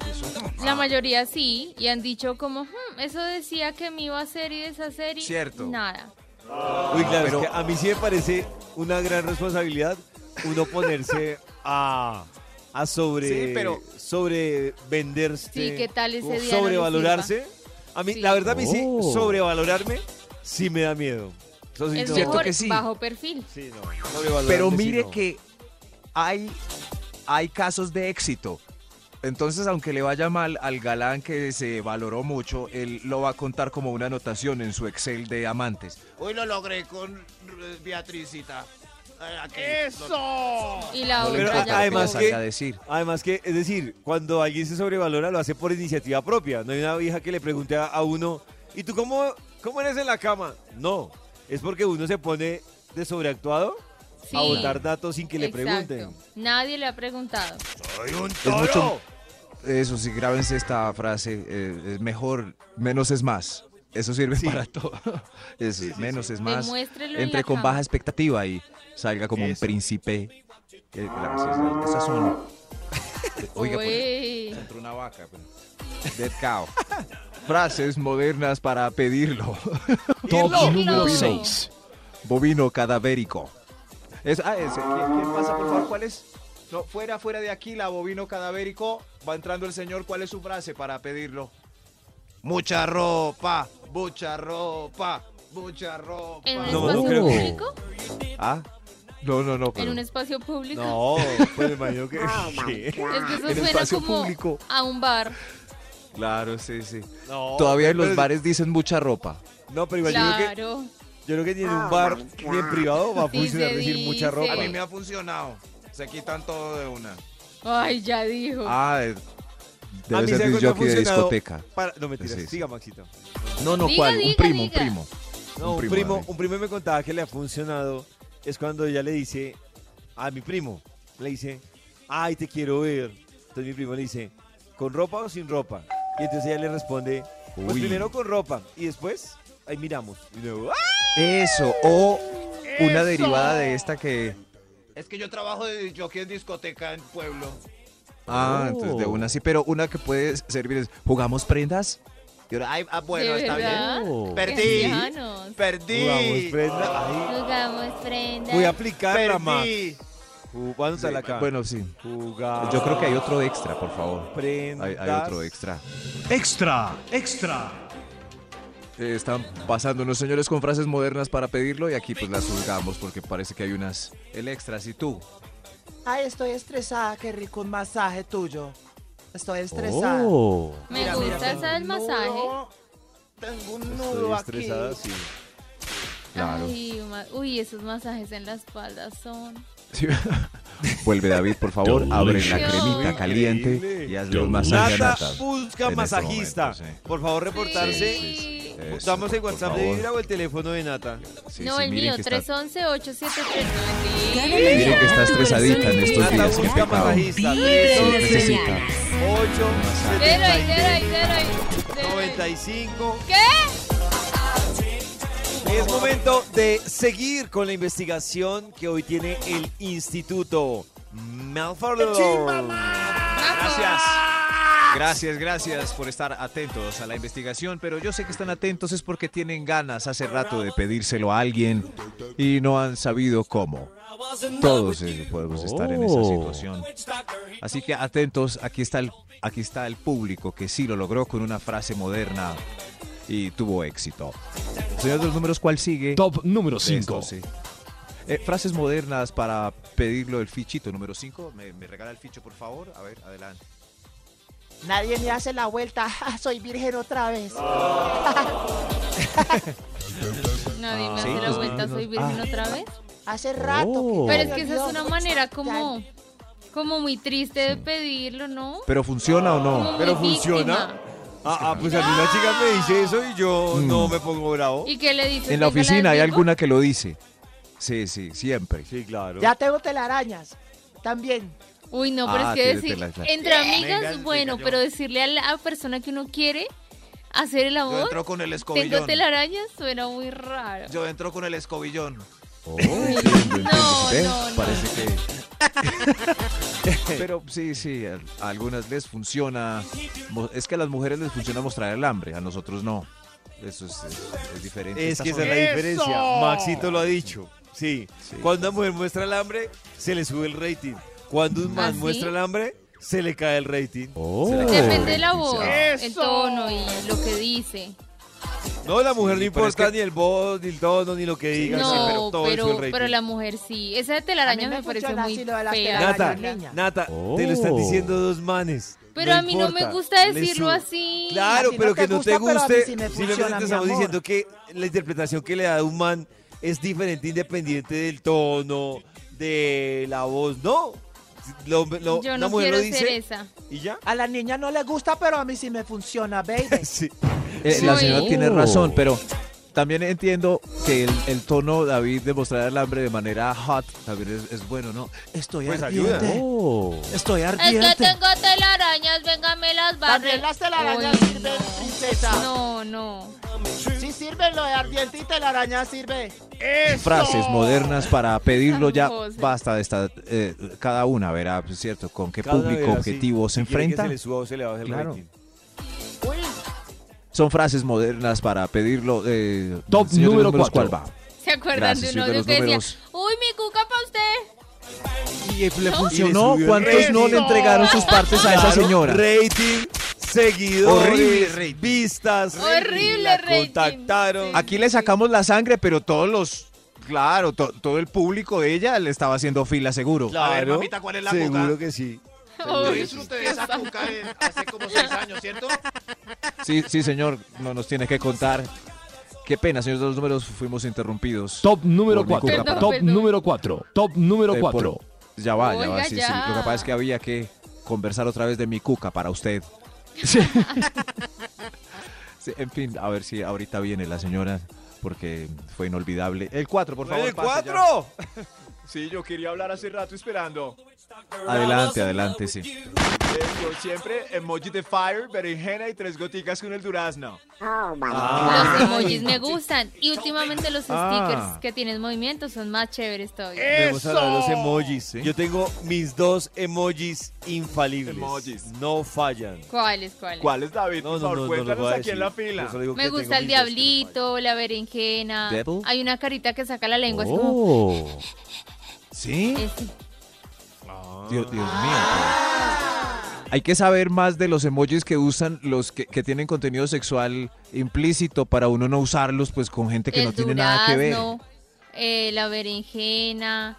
Speaker 4: Ah.
Speaker 3: La mayoría sí, y han dicho como, "Hmm, eso decía que me iba a hacer y deshacer y
Speaker 4: Cierto.
Speaker 3: nada.
Speaker 2: Uy, claro, es
Speaker 4: Pero-
Speaker 2: que a mí sí me parece una gran responsabilidad uno ponerse a, a sobre,
Speaker 4: Sí, pero-
Speaker 2: sobre venderse,
Speaker 3: Sí, ¿qué tal ese día no le
Speaker 2: sobrevalorarse. a mí,
Speaker 3: Sí.
Speaker 2: la verdad, a mí sí,
Speaker 6: Oh.
Speaker 2: sobrevalorarme sí me da miedo. Eso sí,
Speaker 3: Es
Speaker 2: no.
Speaker 4: Cierto
Speaker 3: mejor
Speaker 4: que sí.
Speaker 3: bajo perfil.
Speaker 2: Sí, no, sobrevalorarme
Speaker 4: Ah, Pero
Speaker 2: sí,
Speaker 4: mire
Speaker 2: no.
Speaker 4: que hay, hay casos de éxito. Entonces, aunque le vaya mal al galán que se valoró mucho, él lo va a contar como una anotación en su Excel de amantes.
Speaker 7: Hoy lo logré con eh, Beatricita. Eh, aquí.
Speaker 5: Eso.
Speaker 3: Y la
Speaker 4: No le
Speaker 3: otra
Speaker 2: Pero
Speaker 4: importa
Speaker 3: ya
Speaker 4: lo
Speaker 2: además
Speaker 4: que
Speaker 3: fue.
Speaker 4: le
Speaker 2: que-
Speaker 4: salga a decir.
Speaker 2: Además que, es decir, cuando alguien se sobrevalora lo hace por iniciativa propia. No hay una vieja que le pregunte a, a uno, ¿y tú cómo, cómo eres en la cama? No, es porque uno se pone de sobreactuado
Speaker 3: Sí,
Speaker 2: a botar datos sin que le
Speaker 3: exacto.
Speaker 2: pregunten.
Speaker 3: Nadie le ha preguntado.
Speaker 4: Es mucho- Eso sí, grábense esta frase. eh, es mejor, menos es más. Eso sirve para todo. Es, menos es más.
Speaker 3: Demuéstrelo en
Speaker 4: Entre
Speaker 3: la
Speaker 4: con
Speaker 3: cama.
Speaker 4: baja expectativa y salga como un príncipe. Eh, gracias. Esas son. Oiga, por-
Speaker 3: Uy.
Speaker 4: Entró una vaca. pero- Dead cow. Frases modernas para pedirlo.
Speaker 6: Top
Speaker 3: Irlo. Irlo.
Speaker 6: número 6.
Speaker 4: Bovino cadavérico. Es, ah, es- ¿quién, quién pasa, por favor? ¿Cuál es? No, fuera, fuera de aquí, la bovino cadavérico. Va entrando el señor. ¿Cuál es su frase para pedirlo?
Speaker 7: Mucha ropa, mucha ropa, mucha ropa.
Speaker 3: ¿En
Speaker 2: No,
Speaker 3: un
Speaker 2: no
Speaker 3: espacio
Speaker 2: creo que-
Speaker 3: público?
Speaker 4: ¿Ah? No, no, no.
Speaker 3: ¿En
Speaker 4: pero-
Speaker 3: un espacio público?
Speaker 2: No, pues me imagino que...
Speaker 3: Ah,
Speaker 2: ¿qué?
Speaker 3: Es que eso
Speaker 4: En
Speaker 3: suena
Speaker 4: espacio
Speaker 3: como
Speaker 4: público.
Speaker 3: a un bar.
Speaker 4: Claro, sí, sí.
Speaker 3: Oh,
Speaker 2: No,
Speaker 4: Todavía en los
Speaker 2: pero-
Speaker 4: bares dicen mucha ropa.
Speaker 2: No, pero igual yo, creo que,
Speaker 3: Claro.
Speaker 2: yo creo que ni en un bar ni en privado va a
Speaker 3: Sí
Speaker 2: funcionar
Speaker 3: se
Speaker 2: decir mucha
Speaker 3: dice.
Speaker 2: ropa.
Speaker 3: Ah, A mí me
Speaker 7: ha funcionado. Se quitan todo de una.
Speaker 3: Ay, ya dijo.
Speaker 4: Ah, eh, Debe
Speaker 2: mí, ¿sabe
Speaker 4: ser disc
Speaker 2: cuál me ha
Speaker 4: jockey de
Speaker 2: funcionado?
Speaker 4: discoteca.
Speaker 2: Para- No, mentiras,
Speaker 4: Sí, sí.
Speaker 2: siga Maxito.
Speaker 4: No, no,
Speaker 3: Diga,
Speaker 4: ¿cuál? un
Speaker 3: diga,
Speaker 4: primo,
Speaker 3: diga.
Speaker 4: un primo.
Speaker 2: No, un,
Speaker 4: Un primo,
Speaker 2: primo,
Speaker 4: David.
Speaker 2: un primo me contaba que le ha funcionado. Es cuando ella le dice a mi primo, le dice, ay, te quiero ver. Entonces mi primo le dice, ¿con ropa o sin ropa? Y entonces ella le responde, pues
Speaker 4: Uy.
Speaker 2: primero con ropa y después, ahí miramos. Y luego, ¡ah!
Speaker 4: Eso, o una
Speaker 5: ¡Eso!
Speaker 4: derivada de esta que.
Speaker 5: Es que yo trabajo de jockey en discoteca en pueblo.
Speaker 4: Ah, entonces
Speaker 2: Oh.
Speaker 4: de una sí, pero una que puede servir es: ¿jugamos prendas?
Speaker 7: Y uno, ay, ah, bueno,
Speaker 3: ¿De
Speaker 7: está bien.
Speaker 3: verdad?
Speaker 7: Perdí.
Speaker 3: Ancianos.
Speaker 2: Jugamos
Speaker 7: Perdí.
Speaker 2: prenda. Ay,
Speaker 4: Ah.
Speaker 3: Jugamos prenda.
Speaker 2: voy a aplicarla, ma.
Speaker 7: Perdí.
Speaker 2: Jugamos a la cama.
Speaker 4: Bueno, sí.
Speaker 2: Jugamos
Speaker 4: Yo creo que hay otro extra, por favor.
Speaker 2: prendas.
Speaker 4: Hay, hay otro extra. Eh, están pasando unos señores con frases modernas para pedirlo y aquí pues las juzgamos porque parece que hay unas. El extra, si tú.
Speaker 8: Ay, ah, estoy estresada, qué rico un masaje tuyo. Estoy estresada.
Speaker 2: Oh.
Speaker 3: Me gusta esa del masaje.
Speaker 8: Tengo un
Speaker 2: Estoy
Speaker 8: nudo aquí.
Speaker 2: estresada, sí.
Speaker 4: Claro.
Speaker 3: Ay, ma- uy, esos masajes en la espalda son.
Speaker 4: Sí. Vuelve David, por favor, abre la
Speaker 3: Delicioso.
Speaker 4: cremita caliente
Speaker 2: Increíble.
Speaker 4: y hazle un masaje a
Speaker 2: Nata
Speaker 4: Nata.
Speaker 2: busca
Speaker 4: en este
Speaker 2: masajista.
Speaker 4: momento, sí.
Speaker 2: Por favor, reportarse.
Speaker 3: Sí.
Speaker 4: Eso,
Speaker 2: Damos el
Speaker 4: por
Speaker 2: WhatsApp de
Speaker 4: favor.
Speaker 2: Vibra o el teléfono de Nata.
Speaker 4: Sí,
Speaker 3: no,
Speaker 4: sí,
Speaker 3: el mío,
Speaker 4: miren que está-
Speaker 3: 311-873.
Speaker 1: Cada
Speaker 4: Miren que está
Speaker 1: mañana tu
Speaker 4: estresadita
Speaker 1: corazón
Speaker 4: en
Speaker 1: empieza
Speaker 4: estos
Speaker 2: Nata
Speaker 4: días,
Speaker 1: a
Speaker 2: busca
Speaker 4: complicado.
Speaker 2: masajista.
Speaker 1: vibrar en las
Speaker 4: necesita.
Speaker 1: mañanas.
Speaker 2: 8,
Speaker 3: Cero ahí, cero
Speaker 2: 76,
Speaker 3: ahí, cero ahí, cero ahí.
Speaker 2: 95.
Speaker 3: ¿Qué?
Speaker 2: Es momento de seguir con la investigación que hoy tiene el Instituto Malfarlo. Gracias.
Speaker 4: Gracias, gracias por estar atentos a la investigación, pero yo sé que están atentos es porque tienen ganas hace rato de pedírselo a alguien y no han sabido cómo. Todos eh, podemos estar en esa situación. Así que atentos, aquí está el, aquí está el público que sí lo logró con una frase moderna y tuvo éxito. Señor de los números, ¿cuál sigue?
Speaker 6: Top número
Speaker 4: de esto,
Speaker 6: 5.
Speaker 4: sí. Eh, frases modernas para pedirlo el fichito número 5. ¿Me, me regala el ficho, por favor? A ver, adelante.
Speaker 8: Nadie me hace la vuelta. Ah, Soy virgen otra vez.
Speaker 3: Nadie me
Speaker 4: Ah, Sí, pues,
Speaker 3: hace la
Speaker 4: los
Speaker 3: vuelta,
Speaker 4: niños.
Speaker 3: soy virgen
Speaker 4: Ah.
Speaker 3: otra vez.
Speaker 8: Hace rato.
Speaker 6: Oh.
Speaker 8: ya
Speaker 3: Pero es
Speaker 8: me
Speaker 3: que esa es
Speaker 8: olvidó.
Speaker 3: una manera como,
Speaker 8: Ya-
Speaker 3: como muy triste de pedirlo, ¿no?
Speaker 4: ¿Pero funciona o no?
Speaker 3: Como
Speaker 2: pero
Speaker 3: muy
Speaker 2: funciona.
Speaker 3: víctima.
Speaker 2: Ah, ah, pues a mí una chica me dice eso y yo no me pongo bravo.
Speaker 3: ¿Y qué le dices?
Speaker 4: En la
Speaker 3: ¿Venga
Speaker 4: oficina hay
Speaker 3: del bingo?
Speaker 4: alguna que lo dice. Sí, sí, siempre.
Speaker 2: Sí, claro.
Speaker 8: Ya tengo telarañas. También.
Speaker 3: Uy, no, pero
Speaker 4: Ah,
Speaker 3: es que
Speaker 4: tienes
Speaker 3: decir,
Speaker 4: tela, claro.
Speaker 3: entre amigas,
Speaker 7: Venga,
Speaker 3: bueno,
Speaker 7: venga, yo.
Speaker 3: pero decirle a la persona que uno quiere hacer el
Speaker 7: Yo
Speaker 3: amor,
Speaker 7: entro con el
Speaker 3: tengo
Speaker 7: escobillón.
Speaker 3: telaraña, suena muy raro.
Speaker 7: Yo entro con el escobillón.
Speaker 4: Oh,
Speaker 3: no,
Speaker 4: ¿Ve?
Speaker 3: no, no.
Speaker 4: Parece que. Pero sí, sí, a a algunas les funciona. Mo- Es que a las mujeres les funciona mostrar el hambre, a nosotros no. Eso es, es- es diferente.
Speaker 2: Es
Speaker 4: Estas
Speaker 2: que esa
Speaker 4: son-
Speaker 2: es la diferencia.
Speaker 5: ¡Eso!
Speaker 2: Maxito lo ha dicho. Sí.
Speaker 4: Sí.
Speaker 2: Cuando una mujer muestra el hambre, se le sube el rating. Cuando un
Speaker 3: ¿Ah,
Speaker 2: man
Speaker 3: sí?
Speaker 2: muestra el hambre, se le cae el rating.
Speaker 3: Oh. Depende de la voz,
Speaker 5: Eso.
Speaker 3: el tono y lo que dice.
Speaker 2: No, la mujer no
Speaker 4: pero es
Speaker 2: importa ni el voz, ni el tono, ni lo que diga. sí,
Speaker 3: No,
Speaker 2: todo le sube
Speaker 3: pero,
Speaker 2: el rating.
Speaker 3: pero la mujer sí. Esa de
Speaker 8: A mí
Speaker 3: telaraña
Speaker 8: me
Speaker 3: me, parece
Speaker 8: funciona
Speaker 3: muy
Speaker 8: así lo de las
Speaker 3: fea.
Speaker 8: telarañas.
Speaker 2: Nata,
Speaker 8: niña.
Speaker 2: Nata, te lo están
Speaker 6: Oh.
Speaker 2: diciendo dos manes.
Speaker 3: Pero a mí no me
Speaker 2: importa,
Speaker 3: gusta
Speaker 2: le
Speaker 3: decirlo
Speaker 2: sube.
Speaker 3: así.
Speaker 2: Claro,
Speaker 8: A ti no
Speaker 2: pero
Speaker 8: te
Speaker 2: que no te
Speaker 8: gusta, pero a mí
Speaker 2: guste.
Speaker 8: sí me funciona,
Speaker 2: simplemente
Speaker 8: mi
Speaker 2: estamos
Speaker 8: amor.
Speaker 2: diciendo que la interpretación que le da un man es diferente independiente del tono, de la voz. No. Lo, lo-
Speaker 3: Yo
Speaker 2: una
Speaker 3: no
Speaker 2: mujer
Speaker 3: quiero
Speaker 2: lo
Speaker 3: ser
Speaker 2: dice
Speaker 3: esa.
Speaker 2: y ya.
Speaker 8: A la niña no le gusta, pero a mí sí me funciona, baby.
Speaker 2: Sí.
Speaker 4: Eh, la
Speaker 3: Sí.
Speaker 4: señora tiene
Speaker 6: Oh.
Speaker 4: razón, pero también entiendo que el, el tono David de mostrar el hambre de manera hot también es, es bueno, ¿no?
Speaker 8: Estoy
Speaker 2: Pues
Speaker 8: ardiente. Oh.
Speaker 2: ayuda.
Speaker 8: Estoy
Speaker 3: Es que
Speaker 8: ardiente.
Speaker 3: tengo telarañas, venga, me las barre.
Speaker 8: También las telarañas
Speaker 3: Uy,
Speaker 8: sirven,
Speaker 3: no.
Speaker 8: princesa.
Speaker 3: No, no.
Speaker 8: Sí sirve lo de ardiente y telaraña sirve.
Speaker 5: ¡Eso!
Speaker 4: Frases modernas para pedirlo ya
Speaker 3: Ambos.
Speaker 4: basta de esta eh, cada una verá pues, cierto con qué
Speaker 2: Cada una
Speaker 4: público
Speaker 2: verá
Speaker 4: objetivo
Speaker 2: si-
Speaker 4: se
Speaker 2: si quiere
Speaker 4: enfrenta
Speaker 2: Que se le suba o se le baje el
Speaker 4: Claro.
Speaker 2: rating.
Speaker 8: Uy,
Speaker 4: son frases modernas para pedirlo eh,
Speaker 6: Top
Speaker 4: señor de
Speaker 6: número
Speaker 4: números,
Speaker 6: cuatro.
Speaker 4: ¿cuál va?
Speaker 3: ¿Se acuerdan
Speaker 4: Gracias,
Speaker 3: de
Speaker 4: señor
Speaker 3: un audio
Speaker 4: de los
Speaker 3: que
Speaker 4: números.
Speaker 3: decía, uy, mi cuca para usted?
Speaker 4: le
Speaker 2: funcionó.
Speaker 4: funcionó
Speaker 2: subió el
Speaker 4: cuántos no le
Speaker 5: rating.
Speaker 4: entregaron sus partes a esa
Speaker 2: Claro,
Speaker 4: señora
Speaker 2: Rating,
Speaker 4: Horrible
Speaker 2: seguidores,
Speaker 4: rating.
Speaker 2: vistas.
Speaker 3: Horrible
Speaker 2: la
Speaker 3: rating.
Speaker 2: Contactaron.
Speaker 4: Aquí le sacamos la sangre, pero todos los. Claro, to- todo el público de ella le estaba haciendo fila, seguro.
Speaker 2: Claro,
Speaker 7: A ver, mamita, ¿cuál es la
Speaker 2: Seguro
Speaker 7: cuca?
Speaker 2: que sí.
Speaker 7: Yo
Speaker 3: Uy,
Speaker 7: disfruté de esa cuca en- hace como seis años, ¿cierto?
Speaker 4: Sí, sí, señor, no nos tiene que contar. Qué pena, señor de los números, fuimos interrumpidos.
Speaker 6: Top número
Speaker 4: Por mi
Speaker 6: 4.
Speaker 4: culpa,
Speaker 3: Perdón,
Speaker 6: Top
Speaker 3: perdón.
Speaker 6: número 4. Top número
Speaker 4: Eh,
Speaker 6: 4.
Speaker 4: por- Ya va, ya va,
Speaker 3: Oiga,
Speaker 4: sí,
Speaker 3: ya.
Speaker 4: sí. Lo que pasa es que había que conversar otra vez de mi cuca para usted. Sí. Sí, en fin, a ver si ahorita viene la señora, porque fue inolvidable. El 4, por favor.
Speaker 2: ¡El
Speaker 4: pase ya.
Speaker 2: cuatro!
Speaker 9: Sí, yo quería hablar hace rato esperando.
Speaker 4: Adelante, adelante, sí.
Speaker 9: Eh, yo siempre emoji de fire, berenjena y tres goticas con el durazno.
Speaker 3: Los emojis me gustan. Y últimamente los
Speaker 4: Ah.
Speaker 3: stickers que tienen movimiento son más chéveres
Speaker 4: Eh.
Speaker 3: todavía.
Speaker 2: Debemos hablar de los emojis.
Speaker 4: Sí.
Speaker 2: Yo tengo mis dos emojis infalibles.
Speaker 9: Emojis.
Speaker 2: No fallan.
Speaker 3: ¿Cuáles, cuáles?
Speaker 9: ¿Cuál es David?
Speaker 2: No,
Speaker 9: por
Speaker 2: no,
Speaker 9: favor,
Speaker 2: no, no lo
Speaker 9: cuéntanos
Speaker 2: voy a
Speaker 9: aquí en la
Speaker 2: decir.
Speaker 9: fila.
Speaker 2: Yo solo digo
Speaker 3: Me
Speaker 2: que
Speaker 3: gusta
Speaker 2: tengo
Speaker 3: el
Speaker 2: mis dos que no
Speaker 3: diablito, la berenjena.
Speaker 4: Devil?
Speaker 3: Hay una carita que saca la lengua, es como...
Speaker 4: Oh. ¿Sí?
Speaker 3: este.
Speaker 4: Dios, Dios mío. pues. Hay que saber más de los emojis que usan los que, que tienen contenido sexual implícito para uno no usarlos pues con gente que
Speaker 3: el
Speaker 4: no tiene nada que ver.
Speaker 3: durazno, eh, la berenjena.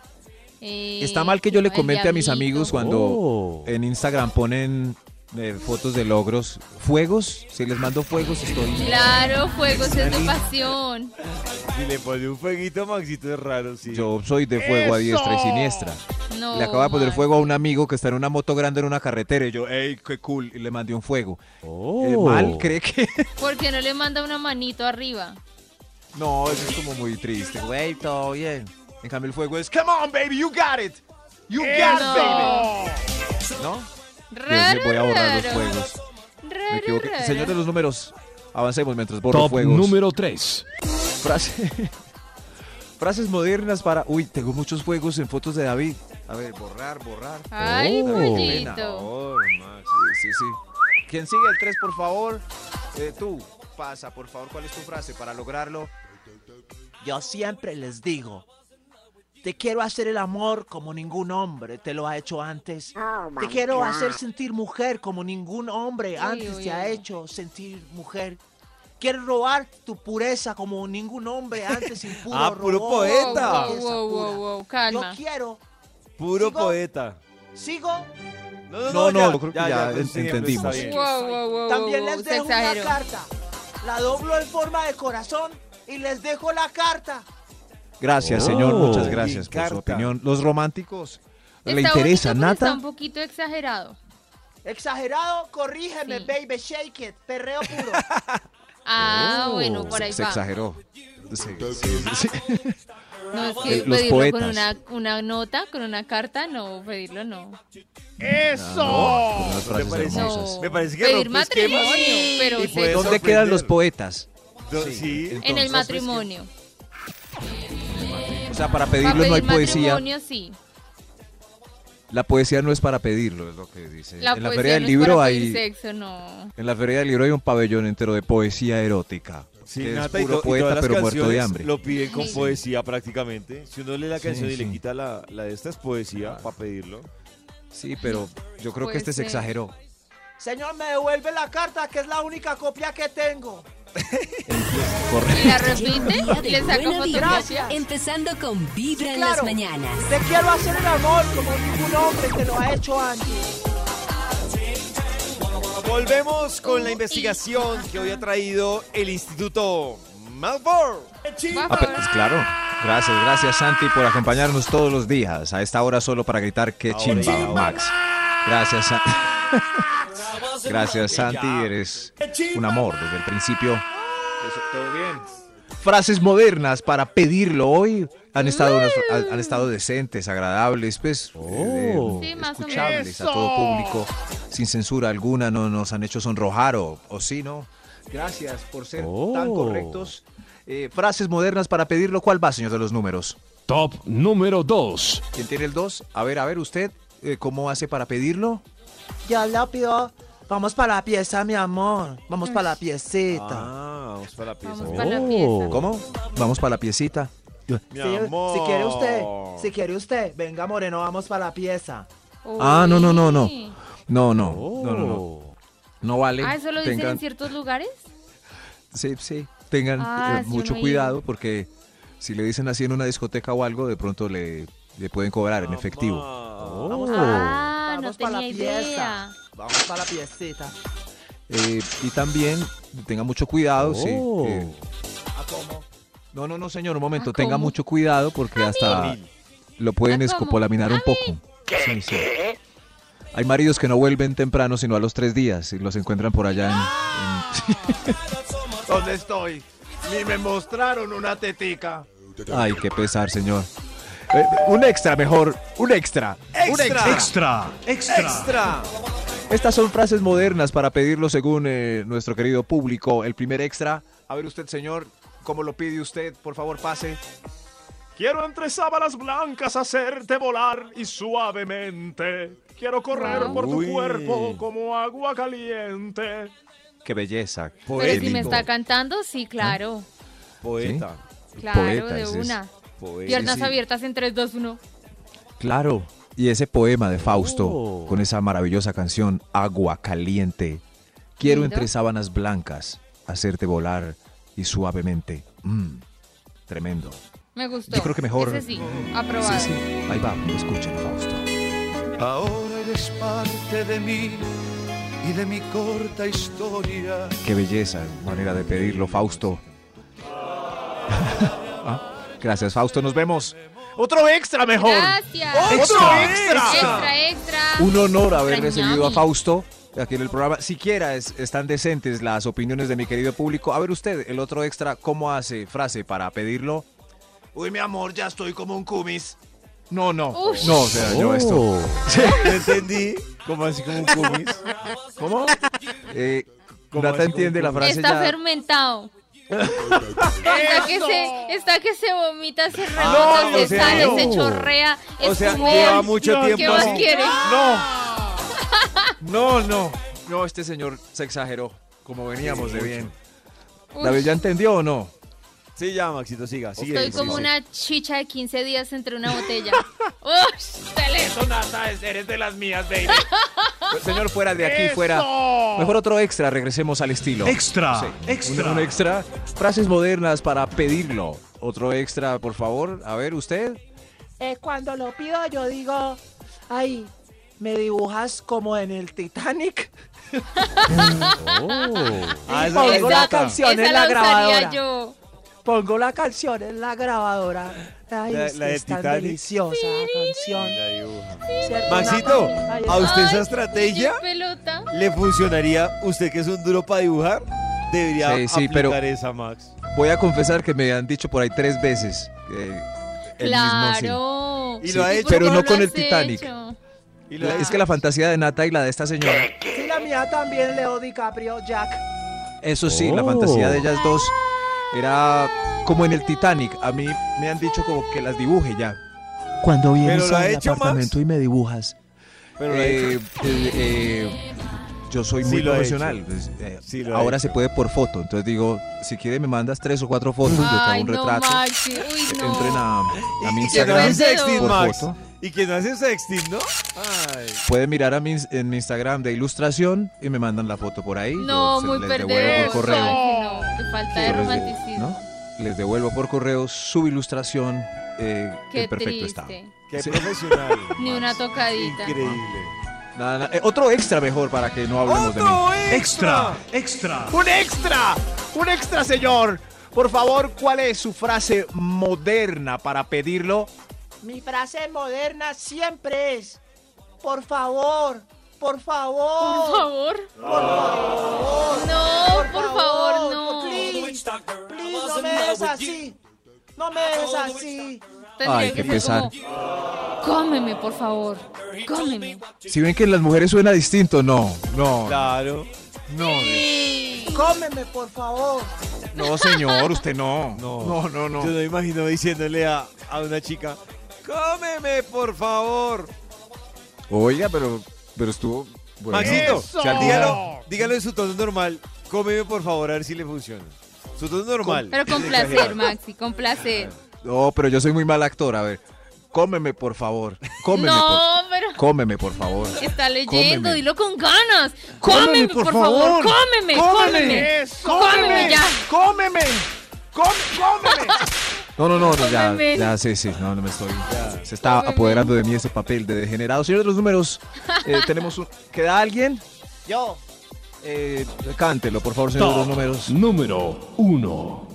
Speaker 3: eh,
Speaker 4: Está mal que yo le
Speaker 3: el
Speaker 4: comente a mis
Speaker 3: diablito.
Speaker 4: amigos cuando
Speaker 2: Oh.
Speaker 6: Oh.
Speaker 4: eh, en Instagram ponen eh, fotos de logros. ¿Fuegos? Si les mando fuegos estoy...
Speaker 3: Claro, fuegos es de pasión.
Speaker 2: fallan. Si le pone un fueguito, Maxito, es raro, sí.
Speaker 4: Yo soy de fuego a diestra y siniestra.
Speaker 3: No,
Speaker 4: le acabo de poner
Speaker 3: Max.
Speaker 4: fuego a un amigo que está en una moto grande en una carretera. Y yo, hey, qué cool. Y le mandé un fuego. Eh,
Speaker 6: Oh.
Speaker 4: mal, cree que.
Speaker 3: ¿Por qué no le manda una manito arriba?
Speaker 4: No, eso es como muy triste.
Speaker 8: Güey, todo bien.
Speaker 4: En cambio, el fuego es, come on, baby, you got it. You
Speaker 3: No.
Speaker 4: got it. ¿No? Dios,
Speaker 3: Raro,
Speaker 4: me voy a borrar los
Speaker 3: raro.
Speaker 4: fuegos. Me
Speaker 3: Raro,
Speaker 4: equivoqué.
Speaker 3: raro.
Speaker 4: Señor de los números, avancemos mientras borro
Speaker 6: Top
Speaker 4: fuegos.
Speaker 6: número 3.
Speaker 4: Frase- Frases modernas para. Uy, tengo muchos fuegos en fotos de David. A ver, borrar, borrar.
Speaker 3: Ay,
Speaker 4: Oh.
Speaker 3: pollito.
Speaker 2: Oh, Max.
Speaker 4: Sí, sí, sí. Quien sigue el 3, por favor. Eh, tú, pasa, por favor, ¿cuál es tu frase para lograrlo?
Speaker 8: Yo siempre les digo, te quiero hacer el amor como ningún hombre te lo ha hecho antes.
Speaker 3: Oh,
Speaker 8: te quiero hacer sentir mujer como ningún hombre antes
Speaker 3: uy,
Speaker 8: te ha
Speaker 3: uy.
Speaker 8: hecho sentir mujer. Quiero robar tu pureza como ningún hombre antes impuro
Speaker 2: Ah, puro
Speaker 8: robó
Speaker 2: poeta.
Speaker 3: Wow,
Speaker 8: esa
Speaker 3: wow, wow,
Speaker 8: pura.
Speaker 3: wow,
Speaker 8: Yo
Speaker 3: calma.
Speaker 8: quiero,
Speaker 2: Puro
Speaker 8: ¿Sigo?
Speaker 2: poeta.
Speaker 8: sigo,
Speaker 2: No,
Speaker 4: No, no,
Speaker 2: ya,
Speaker 4: yo creo que ya
Speaker 2: pero sí,
Speaker 4: entendimos.
Speaker 2: está bien.
Speaker 3: Wow, wow, wow,
Speaker 8: También
Speaker 3: wow, wow,
Speaker 8: les
Speaker 3: se
Speaker 8: dejo una
Speaker 3: exageró.
Speaker 8: carta. La doblo en forma de corazón y les dejo la carta.
Speaker 4: Gracias, señor.
Speaker 2: Oh,
Speaker 4: Muchas gracias
Speaker 2: mi
Speaker 4: por su
Speaker 2: carta.
Speaker 4: opinión. Los románticos. ¿Le
Speaker 3: Está
Speaker 4: interesa,
Speaker 3: bonito, pero Está
Speaker 4: Nata?
Speaker 3: un poquito exagerado.
Speaker 8: Exagerado, corrígeme,
Speaker 3: Sí.
Speaker 8: baby, shake it, perreo puro.
Speaker 3: Ah,
Speaker 4: Oh,
Speaker 3: bueno, por
Speaker 4: se-
Speaker 3: ahí
Speaker 4: Se
Speaker 3: va.
Speaker 4: exageró. Sí, sí, sí.
Speaker 3: No es
Speaker 4: Eh,
Speaker 3: que
Speaker 4: los
Speaker 3: pedirlo con
Speaker 4: poetas.
Speaker 3: una, una nota, con una carta, no, pedirlo no.
Speaker 4: Con unas
Speaker 2: ¿No te
Speaker 4: frases
Speaker 2: parece?
Speaker 4: hermosas.
Speaker 3: No.
Speaker 2: Me parece que
Speaker 3: Pedir
Speaker 2: rompí esquemas.
Speaker 3: matrimonio, pero
Speaker 2: Y
Speaker 3: se-
Speaker 2: puede
Speaker 4: ¿Dónde
Speaker 2: sorprender.
Speaker 4: quedan los poetas?
Speaker 2: Do-
Speaker 4: Sí.
Speaker 2: Sí.
Speaker 3: en el
Speaker 4: Entonces,
Speaker 3: matrimonio.
Speaker 4: O sea,
Speaker 3: Para
Speaker 4: para pedirlo
Speaker 3: pedir
Speaker 4: no hay poesía.
Speaker 3: matrimonio, sí.
Speaker 4: La poesía no es para pedirlo, es lo que dice.
Speaker 3: La
Speaker 4: Eh, en la
Speaker 3: poesía
Speaker 4: feria del
Speaker 3: no es
Speaker 4: libro
Speaker 3: para pedir
Speaker 4: hay
Speaker 3: sexo, no.
Speaker 4: en la feria del libro hay un pabellón entero de poesía erótica.
Speaker 2: Sí,
Speaker 4: que es
Speaker 2: Nata, y
Speaker 4: puro
Speaker 2: to- y
Speaker 4: poeta
Speaker 2: todas las
Speaker 4: pero muerto de
Speaker 2: canciones
Speaker 4: hambre.
Speaker 2: Lo piden con
Speaker 3: Sí.
Speaker 2: poesía prácticamente. Si uno lee la
Speaker 4: Sí,
Speaker 2: canción y le
Speaker 4: sí.
Speaker 2: quita la, la de esta es poesía para pedirlo.
Speaker 4: Sí, pero yo creo que este se
Speaker 3: Puede ser.
Speaker 4: exageró.
Speaker 8: Señor, me devuelve la carta, que es la única copia que tengo.
Speaker 4: Corre.
Speaker 3: ¿Y la
Speaker 1: Lleva un día
Speaker 3: repite?
Speaker 1: de
Speaker 3: ¿Le saco
Speaker 1: buena vibra,
Speaker 3: fotografía?
Speaker 1: empezando con Vibra en las
Speaker 8: claro.
Speaker 1: mañanas.
Speaker 8: Te quiero hacer el amor como ningún hombre te lo ha hecho antes.
Speaker 3: Ah.
Speaker 2: Volvemos con la investigación que hoy ha traído el Instituto Malfour.
Speaker 3: Va,
Speaker 4: Ah,
Speaker 3: por
Speaker 4: pero-
Speaker 3: favor.
Speaker 4: pues, claro. Gracias, gracias Santi por acompañarnos todos los días a esta hora solo para gritar que chimba, Max. Gracias, Santi. gracias Santi, eres un amor desde el principio.
Speaker 9: Eso, todo bien.
Speaker 4: frases modernas para pedirlo hoy. Han estado, unas- han, han estado decentes, agradables, pues, eh,
Speaker 9: Oh.
Speaker 3: Sí, más o
Speaker 4: escuchables a todo público, sin censura alguna, no nos han hecho sonrojar o, o sí, ¿no? Oh. Gracias por ser tan correctos. Eh, frases modernas para pedirlo, ¿cuál va, señor de los números?
Speaker 6: Top número 2.
Speaker 4: ¿Quién tiene el 2? A ver, a ver, usted, eh, ¿cómo hace para pedirlo?
Speaker 8: Ya la pido. Vamos para la pieza, mi amor. Vamos para la piecita.
Speaker 2: Ah, vamos para la pieza.
Speaker 3: Vamos para
Speaker 4: Oh.
Speaker 3: la pieza.
Speaker 4: ¿Cómo? Vamos para la piecita.
Speaker 2: Mi
Speaker 8: Sí,
Speaker 2: amor.
Speaker 8: si quiere usted, si quiere usted, venga Moreno, vamos para la pieza.
Speaker 4: Ah, no, no, no, no.
Speaker 3: Uy.
Speaker 4: No, no, no, no, no. No vale.
Speaker 3: Ah, ¿eso lo dicen
Speaker 4: Tengan-
Speaker 3: en ciertos lugares?
Speaker 4: Sí, sí. Tengan
Speaker 3: Ah,
Speaker 4: eh,
Speaker 3: sí,
Speaker 4: mucho
Speaker 3: uno ahí.
Speaker 4: cuidado porque si le dicen así en una discoteca o algo, de pronto le, le pueden cobrar en efectivo.
Speaker 8: Vamos,
Speaker 2: Uh.
Speaker 3: Ah, no
Speaker 8: Vamos pa' la
Speaker 3: tenía
Speaker 8: pieza.
Speaker 3: idea.
Speaker 8: vamos para la piecita.
Speaker 4: Eh, y también tengan mucho cuidado, sí. eh,
Speaker 8: ¿A cómo?
Speaker 4: no, no, no, señor, un momento.
Speaker 3: ¿Ah,
Speaker 4: Tenga
Speaker 3: cómo?
Speaker 4: mucho cuidado porque hasta lo pueden
Speaker 3: ¿Ah, cómo?
Speaker 4: escopolaminar un poco. Sí, sí. Hay maridos que no vuelven temprano sino a los tres días y los encuentran por allá en-
Speaker 5: ¿Dónde estoy? Ni me mostraron una tetica.
Speaker 4: en- Ay, qué pesar, señor. Eh, un extra mejor, un extra.
Speaker 5: ¡Extra!
Speaker 6: Extra, extra.
Speaker 5: ¡Extra!
Speaker 4: Estas son frases modernas para pedirlo según eh, nuestro querido público. El primer extra.
Speaker 10: A ver usted, señor, ¿cómo lo pide usted? Por favor, pase. Quiero entre sábanas blancas hacerte volar y suavemente. Quiero correr
Speaker 3: Wow.
Speaker 10: por
Speaker 2: Uy.
Speaker 10: tu cuerpo como agua caliente.
Speaker 4: Qué belleza.
Speaker 3: Pero si me
Speaker 4: Poético. ¿Ah?
Speaker 3: está cantando, sí, claro.
Speaker 2: Poeta.
Speaker 3: Claro,
Speaker 4: Poeta,
Speaker 3: de
Speaker 4: ese es.
Speaker 3: una.
Speaker 2: Poeta.
Speaker 3: Piernas
Speaker 4: sí.
Speaker 3: abiertas en 3, 2, 1.
Speaker 4: Claro. Y ese poema de Fausto
Speaker 2: Oh.
Speaker 4: con esa maravillosa canción Agua Caliente. Quiero
Speaker 3: Lindo.
Speaker 4: entre sábanas blancas hacerte volar y suavemente. Mm, tremendo.
Speaker 3: Me gustó.
Speaker 4: Yo creo que mejor-
Speaker 3: Ese sí, aprobado.
Speaker 4: Sí, sí. Ahí va, escuchen Fausto.
Speaker 5: Ahora eres parte de mí y de mi corta historia.
Speaker 4: Qué belleza, manera de pedirlo, Fausto. Ah, Gracias, Fausto. Nos vemos.
Speaker 10: ¡Otro extra mejor!
Speaker 3: Gracias.
Speaker 10: ¡Otro extra!
Speaker 3: Extra, extra.
Speaker 4: ¡Oh, Un honor haber recibido a
Speaker 3: Extrañame.
Speaker 4: Fausto aquí en el programa. Siquiera es- están decentes las opiniones de mi querido público. A ver usted, el otro extra, ¿cómo hace frase para pedirlo?
Speaker 5: Uy, mi amor, ya estoy como un cumis.
Speaker 4: No, no.
Speaker 3: Ush.
Speaker 4: No, o sea, yo esto.
Speaker 2: No entendí. Como así como un cumis.
Speaker 4: ¿Cómo? Eh,
Speaker 2: ¿Cómo
Speaker 4: Nata
Speaker 2: así?
Speaker 4: entiende la frase
Speaker 3: Está
Speaker 4: ya.
Speaker 3: fermentado. está, que se, está que se vomita,
Speaker 4: Ah,
Speaker 3: se rebota,
Speaker 2: no,
Speaker 3: se
Speaker 2: o sea,
Speaker 3: sale,
Speaker 2: no.
Speaker 3: se chorrea.
Speaker 2: O
Speaker 3: es
Speaker 2: sea,
Speaker 3: humor.
Speaker 2: lleva mucho
Speaker 3: ¿Qué
Speaker 2: tiempo
Speaker 3: más
Speaker 2: así.
Speaker 3: quiere?
Speaker 4: No, no. No, este señor se exageró. Como veníamos de bien.
Speaker 3: Ush,
Speaker 4: ¿David ya entendió o no?
Speaker 2: Sí, ya, Maxito, siga. sigue,
Speaker 3: estoy
Speaker 2: sí,
Speaker 3: como
Speaker 2: sí.
Speaker 3: una chicha de 15 días entre una botella. Ush, dale.
Speaker 5: Sonata, eres de las mías, baby.
Speaker 4: Señor, fuera de aquí, fuera. Mejor otro extra, regresemos al estilo.
Speaker 6: Extra,
Speaker 4: Sí.
Speaker 6: extra.
Speaker 4: Un, un extra. Frases modernas para pedirlo. Otro extra, por favor. A ver, usted.
Speaker 8: Eh, cuando lo pido, yo digo, ay, me dibujas como en el Titanic.
Speaker 6: Oh.
Speaker 2: Ah, esa
Speaker 8: Pongo
Speaker 2: es
Speaker 8: la
Speaker 2: Nata.
Speaker 8: canción
Speaker 3: Esa
Speaker 8: en la
Speaker 3: la usaría
Speaker 8: grabadora.
Speaker 3: yo.
Speaker 8: Pongo la canción en la grabadora. Ay,
Speaker 2: La-
Speaker 8: es
Speaker 2: la
Speaker 8: que
Speaker 2: de
Speaker 8: es tan
Speaker 2: Titanic.
Speaker 8: deliciosa la canción.
Speaker 2: La dibuja.
Speaker 8: ¿cierto?
Speaker 2: Maxito,
Speaker 8: Ay,
Speaker 2: ¿a usted esa
Speaker 3: Ay,
Speaker 2: estrategia
Speaker 3: qué pelota.
Speaker 2: le funcionaría? Usted que es un duro para dibujar, debería
Speaker 4: Sí, sí,
Speaker 2: aplicar
Speaker 4: pero-
Speaker 2: esa, Max.
Speaker 4: Voy a confesar que me han dicho por ahí tres veces. eh, el mismo
Speaker 3: Claro.
Speaker 2: Y lo ha
Speaker 3: ¿por
Speaker 2: hecho.
Speaker 3: qué
Speaker 4: Pero no
Speaker 3: lo
Speaker 4: con el
Speaker 3: has
Speaker 4: Titanic.
Speaker 3: hecho?
Speaker 4: sí. La- Es que la fantasía de Nata y la de esta señora.
Speaker 8: Sí, la mía también, Leo DiCaprio, Jack.
Speaker 4: Eso sí, la fantasía de ellas dos era como en el Titanic. A mí me han dicho como que las dibuje ya.
Speaker 7: Cuando vienes
Speaker 2: ¿Pero lo ha
Speaker 7: al
Speaker 2: hecho, Max?
Speaker 7: apartamento y me dibujas.
Speaker 2: Pero la
Speaker 4: Eh, eh, eh, yo soy
Speaker 2: Sí
Speaker 4: muy
Speaker 2: lo ha
Speaker 4: profesional.
Speaker 2: hecho.
Speaker 4: pues, eh,
Speaker 2: Sí lo ha
Speaker 4: ahora
Speaker 2: hecho.
Speaker 4: se puede por foto. Entonces digo, si quiere me mandas tres o cuatro fotos, yo te hago
Speaker 3: Ay,
Speaker 4: un
Speaker 3: no,
Speaker 4: retrato.
Speaker 3: Maxi. Uy, no.
Speaker 4: Entren a, a mi
Speaker 2: y quien hace
Speaker 4: Instagram
Speaker 3: Qué
Speaker 2: sexting,
Speaker 4: por
Speaker 2: Max.
Speaker 4: foto.
Speaker 2: Y quien hace sexting, ¿no? Ay.
Speaker 4: Pueden mirar a mi, en mi Instagram de ilustración y me mandan la foto por ahí.
Speaker 3: No,
Speaker 4: Yo se-
Speaker 3: muy
Speaker 4: les
Speaker 3: perder.
Speaker 4: devuelvo por correo.
Speaker 3: No, qué falta de
Speaker 4: Yo les de-
Speaker 3: romanticismo.
Speaker 4: ¿no? Les devuelvo por correo su ilustración eh,
Speaker 3: Qué
Speaker 4: en perfecto
Speaker 3: triste.
Speaker 4: estado.
Speaker 2: Qué
Speaker 4: Sí.
Speaker 2: profesional.
Speaker 3: Ni una
Speaker 2: Max.
Speaker 3: tocadita.
Speaker 2: Increíble.
Speaker 4: Nada, nada. Eh, otro extra mejor para que no hablemos de mí.
Speaker 6: Extra, extra.
Speaker 10: ¡Un extra! ¡Un extra, señor! Por favor, ¿cuál es su frase moderna para pedirlo?
Speaker 8: Mi frase moderna siempre es, por favor, por favor,
Speaker 3: Por favor. No, por favor, no.
Speaker 8: Please, please, no me des así. No me des así.
Speaker 3: Tendría
Speaker 4: Ay,
Speaker 3: que
Speaker 4: qué
Speaker 3: ser
Speaker 4: pesar.
Speaker 3: como, cómeme, por favor. Cómeme.
Speaker 4: Si ven que en las mujeres suena distinto, no. No,
Speaker 2: Claro.
Speaker 8: Cómeme, por favor.
Speaker 4: no, señor, usted no.
Speaker 2: No.
Speaker 4: No, no, no.
Speaker 2: Yo no imagino diciéndole a, a una chica, cómeme, por favor.
Speaker 4: Oiga, pero, pero estuvo. Bueno,
Speaker 2: Maxito,
Speaker 4: si alguna-
Speaker 2: dígalo, dígalo en su tono normal. Cómeme, por favor, a ver si le funciona. Su tono normal.
Speaker 3: Pero con
Speaker 2: Sin
Speaker 3: placer,
Speaker 2: exagerar.
Speaker 3: Maxi, con placer.
Speaker 4: No, pero yo soy muy mal actor. A ver, cómeme, por favor. Cómeme,
Speaker 3: No, pero
Speaker 4: por, cómeme, por favor.
Speaker 3: está leyendo,
Speaker 4: Cómeme.
Speaker 3: dilo con ganas. Cómeme, por, favor. Cómeme, cómeme. Cómeme ya.
Speaker 10: ¡Cómeme! ¡Cóm- ¡Cómeme!
Speaker 4: No, no, no, no, ya,
Speaker 3: Cómeme.
Speaker 4: ya, sí, sí, no, no me estoy. Se está
Speaker 3: Cómeme.
Speaker 4: apoderando de mí ese papel de degenerado. Señor de los números, eh, tenemos un. ¿Queda alguien?
Speaker 5: Yo.
Speaker 4: Eh, cántelo, por favor, señor de los
Speaker 6: Top
Speaker 4: números.
Speaker 6: número uno.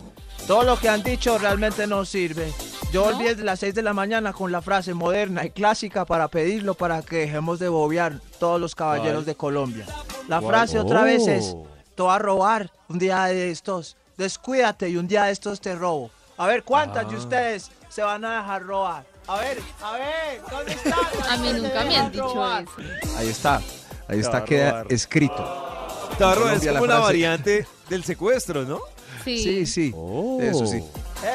Speaker 7: Todo lo que han dicho realmente no sirve.
Speaker 8: Yo
Speaker 3: ¿No?
Speaker 8: volví desde las 6 de la mañana con la frase moderna y clásica para pedirlo para que dejemos de bobear todos los caballeros de Colombia. La
Speaker 4: ¿Cuál?
Speaker 8: frase otra vez es,
Speaker 4: Oh.
Speaker 8: te voy a robar un día de estos, descuídate y un día de estos te robo. A ver, ¿cuántas
Speaker 4: Ah.
Speaker 8: de ustedes se van a dejar robar? A ver, a ver, ¿dónde están? las
Speaker 3: A mí
Speaker 8: que se
Speaker 3: nunca me han
Speaker 8: dejan
Speaker 3: dicho
Speaker 8: robar?
Speaker 3: eso.
Speaker 4: Ahí está. Ahí
Speaker 2: Te va a
Speaker 4: está, queda
Speaker 2: robar.
Speaker 4: escrito.
Speaker 2: Tarro es
Speaker 4: Colombia, la
Speaker 2: como la
Speaker 4: frase.
Speaker 2: variante del secuestro, ¿no?
Speaker 3: Sí.
Speaker 4: Sí, sí.
Speaker 6: Oh.
Speaker 4: Eso sí.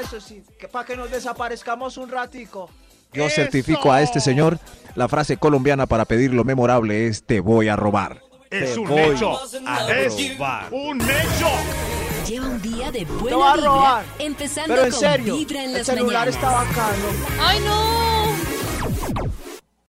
Speaker 8: Eso sí, que para que nos desaparezcamos un ratico.
Speaker 4: Yo certifico a este señor la frase colombiana para pedir lo memorable es te voy a robar.
Speaker 6: Es
Speaker 2: Te
Speaker 6: un
Speaker 2: voy
Speaker 6: hecho.
Speaker 2: a
Speaker 6: Es
Speaker 2: robar.
Speaker 6: un hecho.
Speaker 1: Lleva un día de
Speaker 8: Te voy
Speaker 1: buena
Speaker 8: a robar.
Speaker 1: vibra, empezando
Speaker 8: Pero en
Speaker 1: con
Speaker 8: serio,
Speaker 1: vibra en
Speaker 8: el
Speaker 1: las
Speaker 8: celular
Speaker 1: mañanas.
Speaker 8: está bacano.
Speaker 3: ¡Ay, no!